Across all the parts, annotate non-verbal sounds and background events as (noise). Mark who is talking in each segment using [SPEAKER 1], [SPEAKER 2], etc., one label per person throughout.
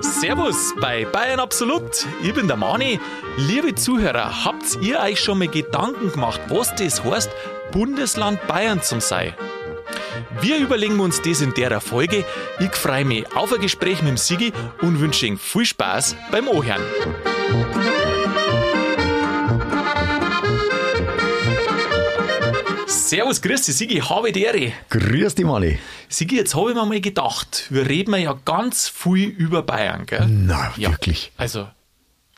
[SPEAKER 1] Servus bei Bayern Absolut. Ich bin der Mani. Liebe Zuhörer, habt ihr euch schon mal Gedanken gemacht, was das heißt, Bundesland Bayern zum sei? Wir überlegen uns das in der Folge. Ich freue mich auf ein Gespräch mit dem Sigi und wünsche Ihnen viel Spaß beim Ohren. Servus, grüß dich, Sigi, habe die Ehre.
[SPEAKER 2] Grüß dich, Mali.
[SPEAKER 1] Sigi, jetzt habe ich mir mal gedacht, wir reden ja ganz viel über Bayern, gell?
[SPEAKER 2] Na,
[SPEAKER 1] Ja,
[SPEAKER 2] wirklich.
[SPEAKER 1] Also,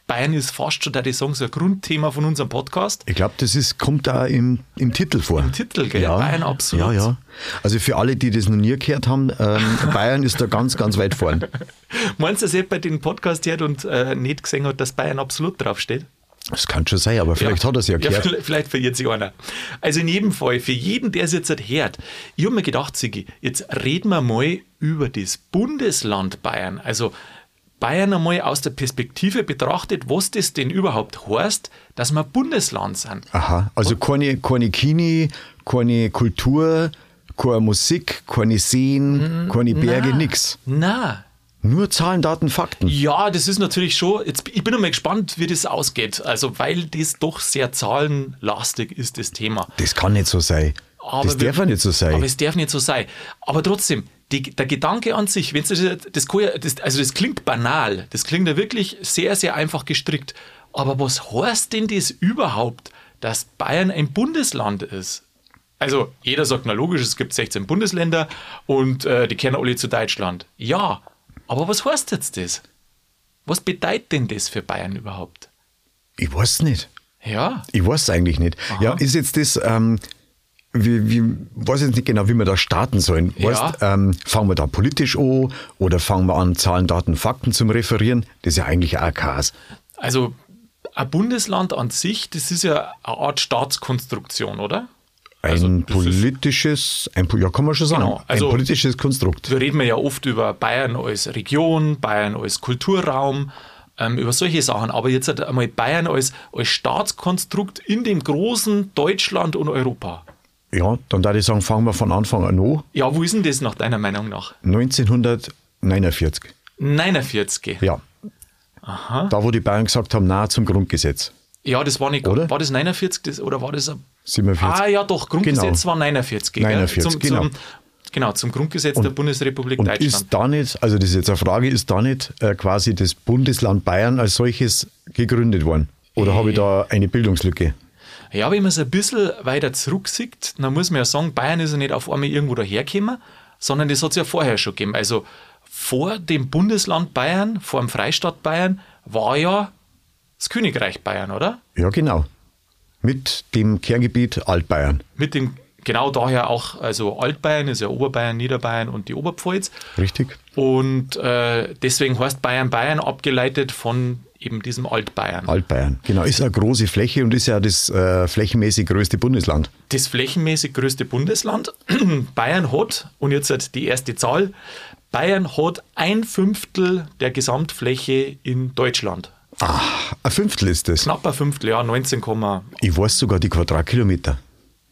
[SPEAKER 1] Bayern ist fast schon, würde ich sagen, so ein Grundthema von unserem Podcast.
[SPEAKER 2] Ich glaube, das ist, kommt da im, im Titel vor. Im
[SPEAKER 1] Titel, gell? Bayern absolut.
[SPEAKER 2] Ja, ja. Also für alle, die das noch nie gehört haben,
[SPEAKER 1] (laughs)
[SPEAKER 2] ähm, Bayern ist da ganz, ganz weit vorn.
[SPEAKER 1] Meinst du, dass jemand den Podcast hört und äh, nicht gesehen hat, dass Bayern absolut draufsteht?
[SPEAKER 2] Das kann schon sein, aber vielleicht hat er es ja
[SPEAKER 1] Ja,
[SPEAKER 2] gehört.
[SPEAKER 1] vielleicht- vielleicht verirrt sich einer. Also in jedem Fall, für jeden, der es jetzt nicht hört, ich habe mir gedacht, Sigi, jetzt reden wir mal über das Bundesland Bayern. Also Bayern einmal aus der Perspektive betrachtet, was das denn überhaupt heißt, dass wir Bundesland sind.
[SPEAKER 2] Aha. Also keine, keine Kini, keine Kultur, keine Musik, keine Seen, keine Berge, nix.
[SPEAKER 1] Na,
[SPEAKER 2] Nur Zahlen, Daten, Fakten.
[SPEAKER 1] Ja, das ist natürlich schon. Jetzt, ich bin noch mal gespannt, wie das ausgeht. Also, weil das doch sehr zahlenlastig ist, das Thema.
[SPEAKER 2] Das kann nicht so sein. das
[SPEAKER 1] wir-
[SPEAKER 2] darf ja nicht so sein.
[SPEAKER 1] Aber es darf nicht so sein. Aber trotzdem, die, der Gedanke an sich, wenn das, das, kann ja- das, also das klingt banal, das klingt ja wirklich sehr, sehr einfach gestrickt. Aber was heißt denn das überhaupt, dass Bayern ein Bundesland ist? Also, jeder sagt, na logisch, es gibt 16 Bundesländer und äh, die kennen alle zu Deutschland. Ja, aber was heißt jetzt das? Was bedeutet denn das für Bayern überhaupt?
[SPEAKER 2] Ich weiß nicht.
[SPEAKER 1] Ja,
[SPEAKER 2] Ich weiß es eigentlich nicht. Ja, ist jetzt das, ähm, wie, wie, weiß jetzt nicht genau, wie wir da starten sollen.
[SPEAKER 1] Ja.
[SPEAKER 2] Weißt, ähm, fangen wir da politisch an oder fangen wir an, Zahlen, Daten, Fakten zum Referieren? Das ist ja eigentlich auch Chaos.
[SPEAKER 1] also ein Bundesland an sich, das ist ja eine Art Staatskonstruktion, oder?
[SPEAKER 2] Ein
[SPEAKER 1] Also, das ist-
[SPEAKER 2] politisches, ein, po- ja, kann man schon sagen,
[SPEAKER 1] Genau, also-
[SPEAKER 2] ein politisches Konstrukt.
[SPEAKER 1] Da reden wir ja oft über Bayern als Region, Bayern als Kulturraum, ähm, über solche Sachen. Aber jetzt hat einmal Bayern als, als Staatskonstrukt in dem großen Deutschland und Europa.
[SPEAKER 2] Ja, dann würde ich sagen, fangen wir von Anfang an an.
[SPEAKER 1] Ja, wo ist denn das nach deiner Meinung nach?
[SPEAKER 2] 1949.
[SPEAKER 1] 49.
[SPEAKER 2] Ja. Aha. Da, wo die Bayern gesagt haben, na zum Grundgesetz.
[SPEAKER 1] Ja, das war nicht,
[SPEAKER 2] Oder?
[SPEAKER 1] war das 49 das, oder war das ein,
[SPEAKER 2] 47.
[SPEAKER 1] Ah Ah, ja, doch, Grundgesetz
[SPEAKER 2] Genau.
[SPEAKER 1] war 49. gell?
[SPEAKER 2] 49,
[SPEAKER 1] zum,
[SPEAKER 2] genau.
[SPEAKER 1] Zum, genau, zum Grundgesetz der Bundesrepublik
[SPEAKER 2] Und
[SPEAKER 1] Deutschland.
[SPEAKER 2] ist da nicht, also das ist jetzt eine Frage, ist da nicht äh, quasi das Bundesland Bayern als solches gegründet worden? Oder habe ich da eine Bildungslücke?
[SPEAKER 1] Ja, wenn man es ein bisschen weiter zurücksieht, dann muss man ja sagen, Bayern ist ja nicht auf einmal irgendwo dahergekommen, sondern das hat es ja vorher schon gegeben. Also vor dem Bundesland Bayern, vor dem Freistaat Bayern, war ja das Königreich Bayern, oder?
[SPEAKER 2] Ja, genau. Mit dem Kerngebiet Altbayern.
[SPEAKER 1] Mit dem, genau daher auch, also Altbayern ist ja Oberbayern, Niederbayern und die Oberpfalz.
[SPEAKER 2] Richtig?
[SPEAKER 1] Und äh, deswegen heißt Bayern Bayern abgeleitet von eben diesem Altbayern.
[SPEAKER 2] Altbayern. Genau, ist eine große Fläche und ist ja das äh, flächenmäßig größte Bundesland.
[SPEAKER 1] das flächenmäßig größte Bundesland. (clears throat) Bayern hat, und jetzt halt die erste Zahl, Bayern hat ein Fünftel der Gesamtfläche in Deutschland.
[SPEAKER 2] Ah, Ein Fünftel ist das.
[SPEAKER 1] Knapp ein Fünftel, ja, 19, Komma-
[SPEAKER 2] Ich weiß sogar die Quadratkilometer.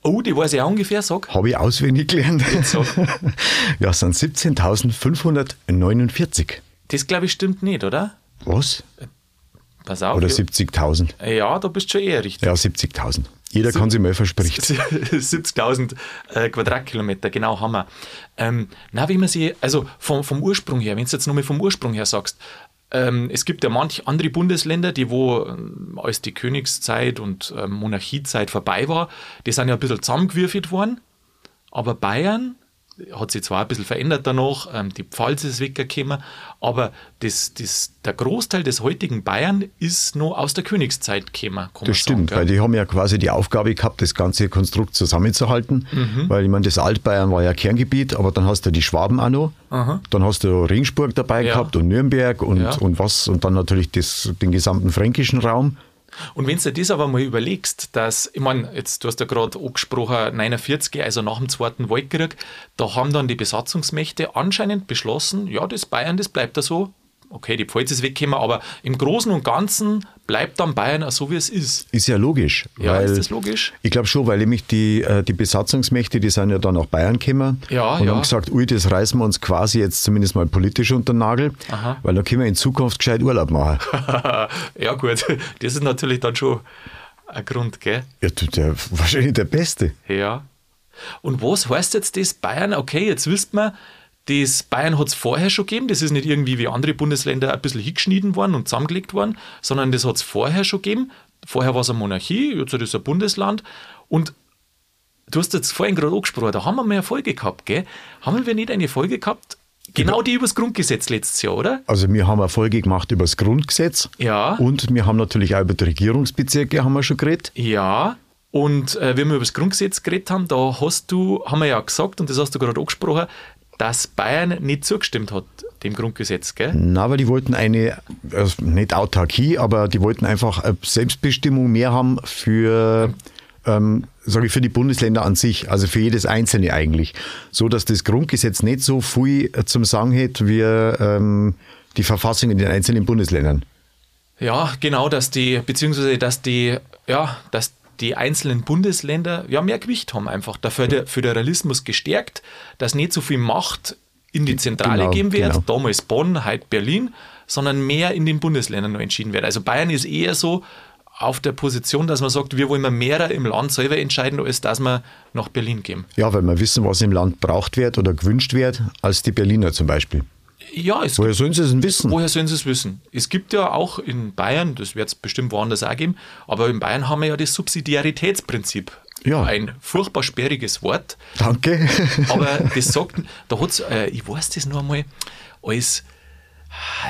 [SPEAKER 1] oh, die weiß ich auch ungefähr, sag.
[SPEAKER 2] Habe ich auswendig gelernt.
[SPEAKER 1] So.
[SPEAKER 2] (laughs) ja, es sind 17.549.
[SPEAKER 1] Das glaube ich stimmt nicht, oder?
[SPEAKER 2] Was?
[SPEAKER 1] Pass auf.
[SPEAKER 2] Oder
[SPEAKER 1] ja.
[SPEAKER 2] 70.000.
[SPEAKER 1] ja, da bist du schon eher richtig.
[SPEAKER 2] Ja, 70.000. Jeder kann sich mal versprechen.
[SPEAKER 1] (laughs) 70.000 äh, Quadratkilometer, genau, haben wir. Ähm, na, wie man sie, also vom, vom Ursprung her, wenn du jetzt nochmal vom Ursprung her sagst, ähm, es gibt ja manch andere Bundesländer, die wo, ähm, als die Königszeit und ähm, Monarchiezeit vorbei war, die sind ja ein bisschen zusammengewürfelt worden, aber Bayern hat sich zwar ein bisschen verändert danach, ähm, die Pfalz ist weggekommen, aber das, das, der Großteil des heutigen Bayern ist noch aus der Königszeit gekommen. kann man
[SPEAKER 2] Das stimmt,
[SPEAKER 1] sagen,
[SPEAKER 2] weil
[SPEAKER 1] gell?
[SPEAKER 2] die haben ja quasi die Aufgabe gehabt, das ganze Konstrukt zusammenzuhalten.
[SPEAKER 1] Mhm.
[SPEAKER 2] Weil ich meine, das Altbayern war ja Kerngebiet, aber dann hast du die Schwaben auch noch. Dann hast du Regensburg dabei
[SPEAKER 1] Ja.
[SPEAKER 2] gehabt und Nürnberg und,
[SPEAKER 1] Ja.
[SPEAKER 2] und was. Und dann natürlich das, den gesamten fränkischen Raum.
[SPEAKER 1] Und wenn du dir das aber mal überlegst, dass, ich meine, jetzt du hast ja gerade angesprochen, 49, also nach dem Zweiten Weltkrieg, da haben dann die Besatzungsmächte anscheinend beschlossen, ja, das Bayern, das bleibt da so, okay, die Pfalz ist weggekommen, aber im Großen und Ganzen bleibt dann Bayern auch so, wie es ist.
[SPEAKER 2] Ist ja logisch.
[SPEAKER 1] Ja,
[SPEAKER 2] weil
[SPEAKER 1] ist das logisch? (laughs)
[SPEAKER 2] Ich glaube schon, weil nämlich die, äh, die Besatzungsmächte, die sind ja dann nach Bayern gekommen
[SPEAKER 1] Ja,
[SPEAKER 2] und
[SPEAKER 1] ja.
[SPEAKER 2] haben gesagt, ui, das reißen wir uns quasi jetzt zumindest mal politisch unter den Nagel, weil dann können wir in Zukunft gescheit Urlaub machen.
[SPEAKER 1] ja, gut, das ist natürlich dann schon ein Grund, gell?
[SPEAKER 2] ja, du, der, wahrscheinlich der Beste.
[SPEAKER 1] Ja. Und was heißt jetzt das Bayern? Okay, jetzt wisst man, das Bayern hat es vorher schon gegeben. Das ist nicht irgendwie wie andere Bundesländer ein bisschen hingeschnitten worden und zusammengelegt worden, sondern das hat es vorher schon gegeben. Vorher war es eine Monarchie, jetzt ist es ein Bundesland. Und du hast jetzt vorhin gerade angesprochen, da haben wir mal eine Folge gehabt, gell? Haben wir nicht eine Folge gehabt? Genau die übers Grundgesetz letztes Jahr, oder?
[SPEAKER 2] Also wir haben eine Folge gemacht über das Grundgesetz
[SPEAKER 1] Ja.
[SPEAKER 2] und wir haben natürlich auch über die Regierungsbezirke haben wir schon geredet.
[SPEAKER 1] Ja, und äh, wenn wir über das Grundgesetz geredet haben, da hast du, haben wir ja gesagt, und das hast du gerade angesprochen, dass Bayern nicht zugestimmt hat, dem Grundgesetz, gell?
[SPEAKER 2] Na, aber die wollten eine, äh, nicht Autarkie, aber die wollten einfach äh, Selbstbestimmung mehr haben für, ähm, sage ich, für die Bundesländer an sich, also für jedes Einzelne eigentlich. So, dass das Grundgesetz nicht so viel äh, zum Sagen hat wie ähm, die Verfassung in den einzelnen Bundesländern.
[SPEAKER 1] Ja, genau, dass die, beziehungsweise dass die, ja, dass die einzelnen Bundesländer ja mehr Gewicht haben einfach. Dafür der Föderalismus gestärkt, dass nicht so viel Macht in die Zentrale
[SPEAKER 2] Genau,
[SPEAKER 1] geben wird,
[SPEAKER 2] genau.
[SPEAKER 1] damals Bonn, heute Berlin, sondern mehr in den Bundesländern noch entschieden wird. Also Bayern ist eher so auf der Position, dass man sagt, wir wollen mal mehrer im Land selber entscheiden, als dass wir nach Berlin gehen.
[SPEAKER 2] Ja, weil wir wissen, was im Land braucht wird oder gewünscht wird, als die Berliner zum Beispiel.
[SPEAKER 1] Ja, es
[SPEAKER 2] Woher sollen sie es denn wissen?
[SPEAKER 1] Woher sollen sie es wissen? Es gibt ja auch in Bayern, das wird es bestimmt woanders auch geben, aber in Bayern haben wir ja das Subsidiaritätsprinzip.
[SPEAKER 2] Ja.
[SPEAKER 1] Ein furchtbar sperriges Wort,
[SPEAKER 2] Danke.
[SPEAKER 1] aber das sagt, da hat es, äh, ich weiß das noch einmal, als,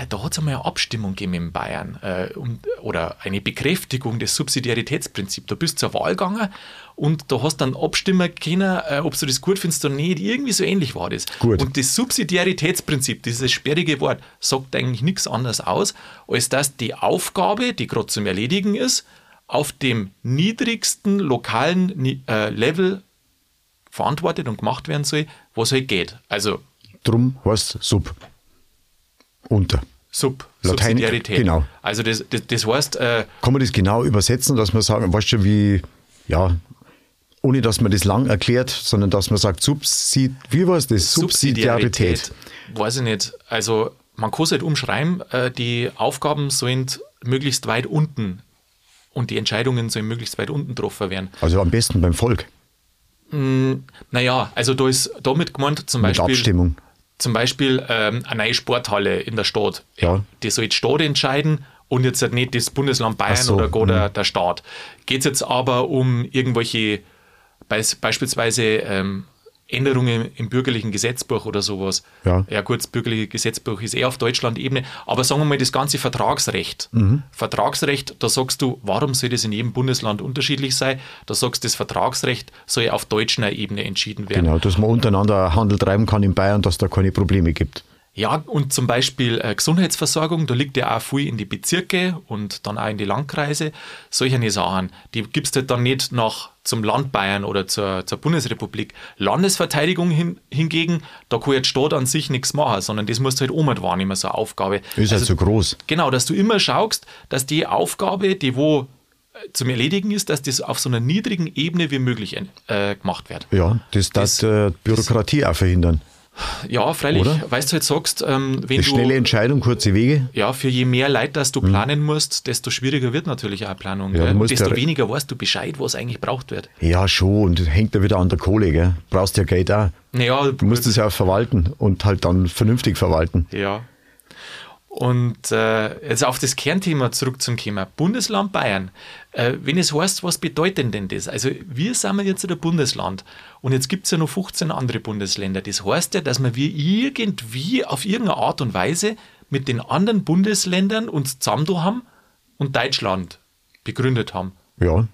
[SPEAKER 1] äh, da hat es einmal eine Abstimmung gegeben in Bayern äh, um, oder eine Bekräftigung des Subsidiaritätsprinzips. Da bist du zur Wahl gegangen und da hast dann abstimmen können, äh, ob du das gut findest oder nicht. Irgendwie so ähnlich war das.
[SPEAKER 2] Gut.
[SPEAKER 1] Und das Subsidiaritätsprinzip, dieses sperrige Wort, sagt eigentlich nichts anderes aus, als dass die Aufgabe, die gerade zum Erledigen ist, auf dem niedrigsten lokalen Ni- äh, Level verantwortet und gemacht werden soll, was halt geht. Also
[SPEAKER 2] (laughs) Drum heißt Sub. Unter.
[SPEAKER 1] Sub,
[SPEAKER 2] Latein,
[SPEAKER 1] Subsidiarität.
[SPEAKER 2] genau.
[SPEAKER 1] Also das, das, das heißt, äh,
[SPEAKER 2] kann man das genau übersetzen, dass man sagen, weißt du, wie, ja, ohne dass man das lang erklärt, sondern dass man sagt, Subsid, wie war es das? Subsidiarität.
[SPEAKER 1] Subsidiarität. Weiß ich nicht. Also man kann es halt umschreiben, äh, die Aufgaben sollen möglichst weit unten und die Entscheidungen sollen möglichst weit unten getroffen werden.
[SPEAKER 2] Also am besten beim Volk.
[SPEAKER 1] Naja, also da ist damit gemeint zum
[SPEAKER 2] Mit
[SPEAKER 1] Beispiel...
[SPEAKER 2] Abstimmung.
[SPEAKER 1] Zum Beispiel ähm, eine neue Sporthalle in der Stadt.
[SPEAKER 2] Ja.
[SPEAKER 1] Die soll die Stadt entscheiden und jetzt halt nicht das Bundesland Bayern
[SPEAKER 2] Ach so, hm.
[SPEAKER 1] oder gar der, der Staat. Geht es jetzt aber um irgendwelche, beis- beispielsweise ähm, Änderungen im bürgerlichen Gesetzbuch oder sowas.
[SPEAKER 2] Ja.
[SPEAKER 1] ja gut, das bürgerliche Gesetzbuch ist eher auf Deutschland-Ebene, aber sagen wir mal das ganze Vertragsrecht.
[SPEAKER 2] Mhm.
[SPEAKER 1] Vertragsrecht, da sagst du, warum soll das in jedem Bundesland unterschiedlich sein? Da sagst du, das Vertragsrecht soll auf deutscher Ebene entschieden werden.
[SPEAKER 2] Genau, dass man untereinander Handel treiben kann in Bayern, dass da keine Probleme gibt.
[SPEAKER 1] Ja, und zum Beispiel äh, Gesundheitsversorgung, da liegt ja auch viel in die Bezirke und dann auch in die Landkreise. Solche Sachen, die gibst halt dann nicht nach zum Land Bayern oder zur, zur Bundesrepublik. Landesverteidigung hin, hingegen, da kann jetzt Staat an sich nichts machen, sondern das musst du halt umher wahrnehmen, so eine Aufgabe.
[SPEAKER 2] Ist halt so groß.
[SPEAKER 1] Genau, dass du immer schaust, dass die Aufgabe, die wo äh, zum Erledigen ist, dass das auf so einer niedrigen Ebene wie möglich äh, gemacht wird.
[SPEAKER 2] Ja, das
[SPEAKER 1] Das-
[SPEAKER 2] darf äh, Bürokratie auch verhindern.
[SPEAKER 1] Ja, freilich,
[SPEAKER 2] Oder?
[SPEAKER 1] weißt du halt sagst, ähm, wenn
[SPEAKER 2] Eine
[SPEAKER 1] du...
[SPEAKER 2] schnelle Entscheidung, kurze Wege.
[SPEAKER 1] Ja, für je mehr Leute, dass du planen musst, desto schwieriger wird natürlich auch eine Planung.
[SPEAKER 2] Hm. Ja,
[SPEAKER 1] gell?
[SPEAKER 2] du musst
[SPEAKER 1] desto
[SPEAKER 2] ja-
[SPEAKER 1] weniger weißt du Bescheid, was eigentlich braucht wird.
[SPEAKER 2] Ja, schon, und hängt ja wieder an der Kohle, gell? Brauchst ja Geld auch.
[SPEAKER 1] Naja,
[SPEAKER 2] Du musst es ja auch verwalten und halt dann vernünftig verwalten.
[SPEAKER 1] ja. Und äh, jetzt auf das Kernthema zurück zum Thema Bundesland Bayern. Äh, wenn es heißt, was bedeutet denn das? Also wir sind ja jetzt ein Bundesland und jetzt gibt es ja noch 15 andere Bundesländer. Das heißt ja, dass wir irgendwie auf irgendeine Art und Weise mit den anderen Bundesländern uns zusammen haben und Deutschland begründet haben.
[SPEAKER 2] Ja,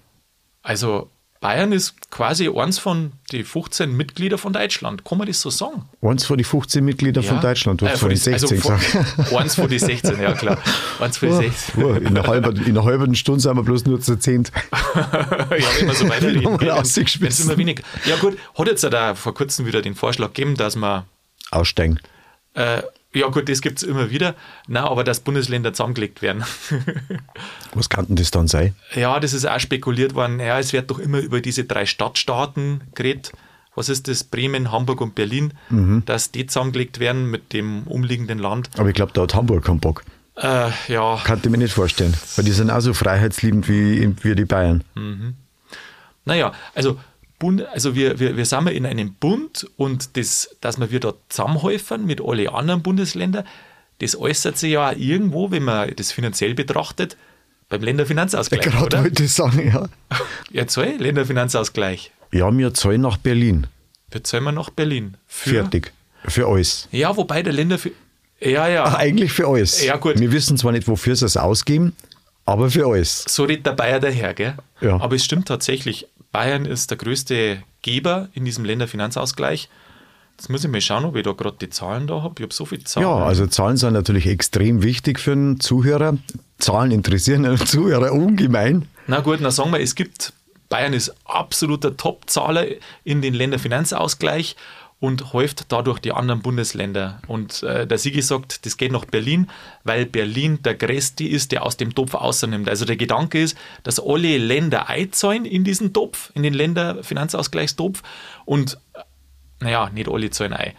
[SPEAKER 1] Also Bayern ist quasi eins von die 15 Mitglieder von Deutschland. Kann man das so sagen?
[SPEAKER 2] eins von die 15 Mitglieder von Deutschland, du hast von den 16
[SPEAKER 1] also
[SPEAKER 2] gesagt.
[SPEAKER 1] von, (laughs) Eins von die 16, ja klar. Eins (laughs) von die 16.
[SPEAKER 2] Puh, in, einer halben, in einer halben Stunde sind wir bloß nur zu zehnt.
[SPEAKER 1] ja, wenn wir so weiterreden.
[SPEAKER 2] Nochmal
[SPEAKER 1] gell, dann
[SPEAKER 2] rausgeschmissen.
[SPEAKER 1] wird's immer weniger. Ja gut, hat jetzt ja da vor kurzem wieder den Vorschlag gegeben, dass man
[SPEAKER 2] Aussteigen.
[SPEAKER 1] äh, Ja, gut, das gibt es immer wieder. Na, aber dass Bundesländer zusammengelegt werden. (laughs)
[SPEAKER 2] Was kann denn das dann sein?
[SPEAKER 1] ja, das ist auch spekuliert worden. Ja, es wird doch immer über diese drei Stadtstaaten geredet. Was ist das? Bremen, Hamburg und Berlin, dass die zusammengelegt werden mit dem umliegenden Land.
[SPEAKER 2] Aber ich glaube, da hat Hamburg keinen Bock.
[SPEAKER 1] Äh, ja,
[SPEAKER 2] Kann ich mir nicht vorstellen. Weil die sind auch so freiheitsliebend wie, wie die Bayern.
[SPEAKER 1] naja, also, Bund, also wir, wir, wir sind ja in einem Bund und das, dass wir wir dort zusammenhäufern mit alle anderen Bundesländern, das äußert sich ja auch irgendwo, wenn man das finanziell betrachtet, beim Länderfinanzausgleich,
[SPEAKER 2] Gerade halt.
[SPEAKER 1] oder?
[SPEAKER 2] wollte ich sagen, ja.
[SPEAKER 1] Jetzt soll Länderfinanzausgleich.
[SPEAKER 2] Ja, wir zahlen nach Berlin.
[SPEAKER 1] Jetzt sollen wir nach Berlin. Für,
[SPEAKER 2] Fertig. Für alles.
[SPEAKER 1] Ja, wobei der Länder... Ja, ja.
[SPEAKER 2] Eigentlich für alles.
[SPEAKER 1] Ja, gut.
[SPEAKER 2] Wir wissen zwar nicht, wofür sie es ausgeben, aber für alles.
[SPEAKER 1] So redet der Bayer daher, gell?
[SPEAKER 2] Ja.
[SPEAKER 1] Aber es stimmt tatsächlich. Bayern ist der größte Geber in diesem Länderfinanzausgleich. Jetzt muss ich mal schauen, ob ich da gerade die Zahlen da habe. Ich habe so viele Zahlen.
[SPEAKER 2] Ja, also Zahlen sind natürlich extrem wichtig für einen Zuhörer. Zahlen interessieren einen Zuhörer ungemein.
[SPEAKER 1] Na gut, na sagen wir, es gibt, Bayern ist absoluter Top-Zahler in den Länderfinanzausgleich und häuft dadurch die anderen Bundesländer. Und äh, der Sigi sagt, das geht nach Berlin, weil Berlin der größte ist, der aus dem Topf außernimmt. Also der Gedanke ist, dass alle Länder einzahlen in diesen Topf, in den Länderfinanzausgleichstopf und naja, nicht alle zahlen ein.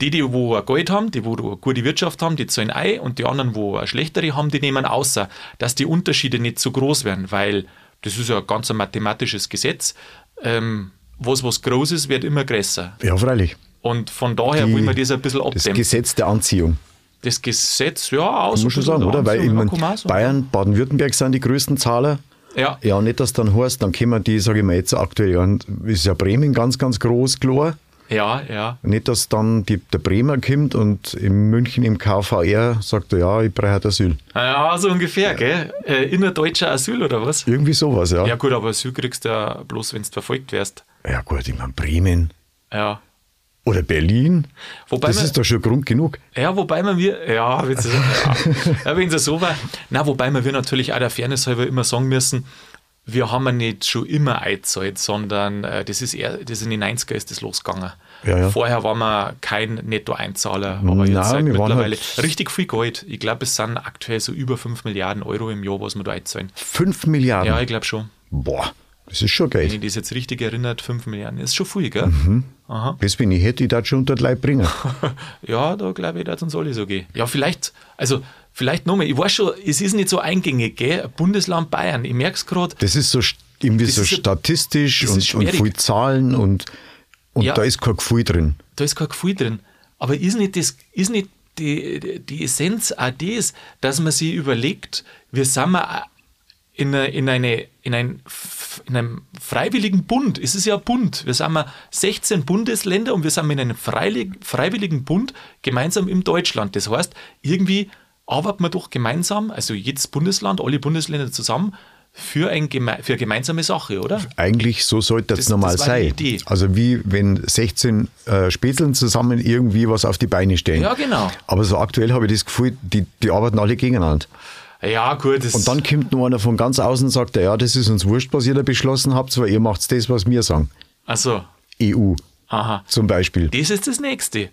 [SPEAKER 1] Die, die wo ein Geld haben, die wo eine gute Wirtschaft haben, die zahlen ein und die anderen, wo eine schlechtere haben, die nehmen außer, dass die Unterschiede nicht so groß werden, weil das ist ja ein ganz ein mathematisches Gesetz. Ähm, was was groß ist, wird immer größer.
[SPEAKER 2] Ja, freilich.
[SPEAKER 1] Und von daher
[SPEAKER 2] Die-
[SPEAKER 1] will man das ein bisschen
[SPEAKER 2] Das
[SPEAKER 1] abdämpfen.
[SPEAKER 2] Gesetz der Anziehung.
[SPEAKER 1] Das Gesetz, ja, aus.
[SPEAKER 2] Muss schon sagen, oder? Weil ich
[SPEAKER 1] ja,
[SPEAKER 2] mein,
[SPEAKER 1] kann man auch so.
[SPEAKER 2] Bayern, Baden-Württemberg sind die größten Zahler.
[SPEAKER 1] Ja.
[SPEAKER 2] Ja, nicht, dass dann heißt, dann kommen die, sage ich mal, jetzt aktuell, ja, ist ja Bremen ganz, ganz groß, klar.
[SPEAKER 1] ja, ja.
[SPEAKER 2] Nicht, dass dann die, der Bremer kommt und in München im KVR sagt, er, ja, ich brauche halt Asyl.
[SPEAKER 1] Ja, so ungefähr, gell? Äh, innerdeutscher Asyl oder was?
[SPEAKER 2] Irgendwie sowas, ja.
[SPEAKER 1] Ja,
[SPEAKER 2] Ja,
[SPEAKER 1] gut, aber Asyl kriegst du ja bloß, wenn du verfolgt wirst.
[SPEAKER 2] gut, ich meine, Bremen
[SPEAKER 1] Ja.
[SPEAKER 2] oder Berlin,
[SPEAKER 1] Wobei
[SPEAKER 2] das
[SPEAKER 1] man-
[SPEAKER 2] ist doch schon Grund genug.
[SPEAKER 1] Ja, wobei man wir, ja, wenn's-
[SPEAKER 2] (laughs)
[SPEAKER 1] ja, ja, wenn es so war, na, wobei man wir natürlich auch der Fairness halber immer sagen müssen, wir haben ja nicht schon immer eingezahlt, sondern äh, das ist eher, das in den 90er ist das losgegangen.
[SPEAKER 2] Ja, ja.
[SPEAKER 1] Vorher waren wir kein Nettoeinzahler, aber jetzt
[SPEAKER 2] Nein,
[SPEAKER 1] seit
[SPEAKER 2] wir waren
[SPEAKER 1] mittlerweile
[SPEAKER 2] halt-
[SPEAKER 1] richtig viel Geld. Ich glaube, es sind aktuell so über 5 Milliarden Euro im Jahr, was wir da einzahlen.
[SPEAKER 2] 5 Milliarden.
[SPEAKER 1] Ja, ich glaube schon.
[SPEAKER 2] Boah, das ist schon
[SPEAKER 1] Wenn
[SPEAKER 2] Geld.
[SPEAKER 1] ich das jetzt richtig erinnert, 5 Milliarden. ist schon viel, gell?
[SPEAKER 2] Mhm.
[SPEAKER 1] Aha.
[SPEAKER 2] Das, wenn ich hätte, ich das schon unter die Leute bringen.
[SPEAKER 1] (laughs) Ja, da glaube ich, dass uns alle so gehen. Ja, vielleicht, also vielleicht nochmal, ich weiß schon, es ist nicht so eingängig, gell? Bundesland Bayern, ich merke es gerade.
[SPEAKER 2] Das ist so st- irgendwie so
[SPEAKER 1] ist ja-
[SPEAKER 2] statistisch
[SPEAKER 1] das ist
[SPEAKER 2] und, und
[SPEAKER 1] schwierig.
[SPEAKER 2] viel Zahlen und, und
[SPEAKER 1] Ja.
[SPEAKER 2] da ist kein Gefühl drin.
[SPEAKER 1] da ist kein Gefühl drin. Aber ist nicht, das, ist nicht die, die Essenz auch das, dass man sich überlegt, wir sind wir in, eine, in, eine, in, ein, F- in einem freiwilligen Bund, es ist ja ein Bund, wir sind wir 16 Bundesländer und wir sind in einem freiwillig- freiwilligen Bund gemeinsam im Deutschland. Das heißt, irgendwie arbeiten wir doch gemeinsam, also jedes Bundesland, alle Bundesländer zusammen, für, ein, geme- für eine gemeinsame Sache, oder?
[SPEAKER 2] Eigentlich so sollte das,
[SPEAKER 1] Das-
[SPEAKER 2] normal
[SPEAKER 1] das war die
[SPEAKER 2] sein.
[SPEAKER 1] Idee.
[SPEAKER 2] Also wie wenn 16 äh, Spätzeln zusammen irgendwie was auf die Beine stellen.
[SPEAKER 1] Ja, genau.
[SPEAKER 2] Aber so aktuell habe ich das Gefühl, die, die arbeiten alle gegeneinander.
[SPEAKER 1] Ja, gut. Das
[SPEAKER 2] Und dann kommt nur einer von ganz außen und sagt, ja, das ist uns wurscht, was ihr da beschlossen habt, weil ihr macht das, was wir sagen.
[SPEAKER 1] also,
[SPEAKER 2] EU
[SPEAKER 1] aha.
[SPEAKER 2] zum Beispiel.
[SPEAKER 1] Das ist das Nächste.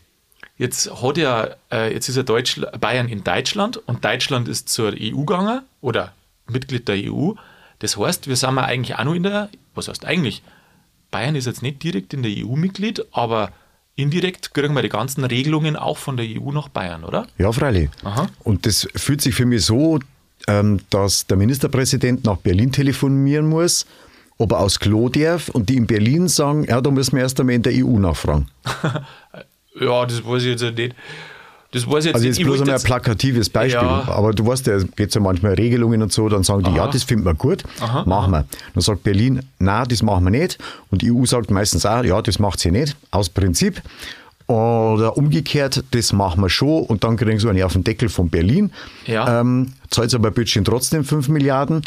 [SPEAKER 1] Jetzt hat ja, äh, jetzt ist ja Deutschl Bayern in Deutschland und Deutschland ist zur EU gegangen oder Mitglied der EU. Das heißt, wir sind ja eigentlich auch noch in der, was heißt eigentlich? Bayern ist jetzt nicht direkt in der EU Mitglied, aber indirekt kriegen wir die ganzen Regelungen auch von der EU nach Bayern, oder? (laughs)
[SPEAKER 2] Ja, freilich.
[SPEAKER 1] Aha.
[SPEAKER 2] Und das fühlt sich für mich so, ähm, dass der Ministerpräsident nach Berlin telefonieren muss, ob er aus Klo darf und die in Berlin sagen, ja, da müssen wir erst einmal in der EU nachfragen.
[SPEAKER 1] Ja, das weiß ich jetzt nicht. Das weiß ich jetzt
[SPEAKER 2] Also
[SPEAKER 1] nicht.
[SPEAKER 2] jetzt
[SPEAKER 1] Ich
[SPEAKER 2] bloß
[SPEAKER 1] wollte
[SPEAKER 2] einmal ein
[SPEAKER 1] jetzt-
[SPEAKER 2] plakatives Beispiel.
[SPEAKER 1] Ja.
[SPEAKER 2] Aber du weißt ja, es gibt ja manchmal Regelungen und so, dann sagen die, ja, das finden wir gut, machen wir. Dann sagt Berlin, na, das machen wir nicht. Und die EU sagt meistens auch, ja, das macht sie nicht, aus Prinzip. Oder umgekehrt, das machen wir schon und dann kriegen sie einen auf den Deckel von Berlin.
[SPEAKER 1] Ja.
[SPEAKER 2] Ähm, zahlt aber Budget trotzdem 5 Milliarden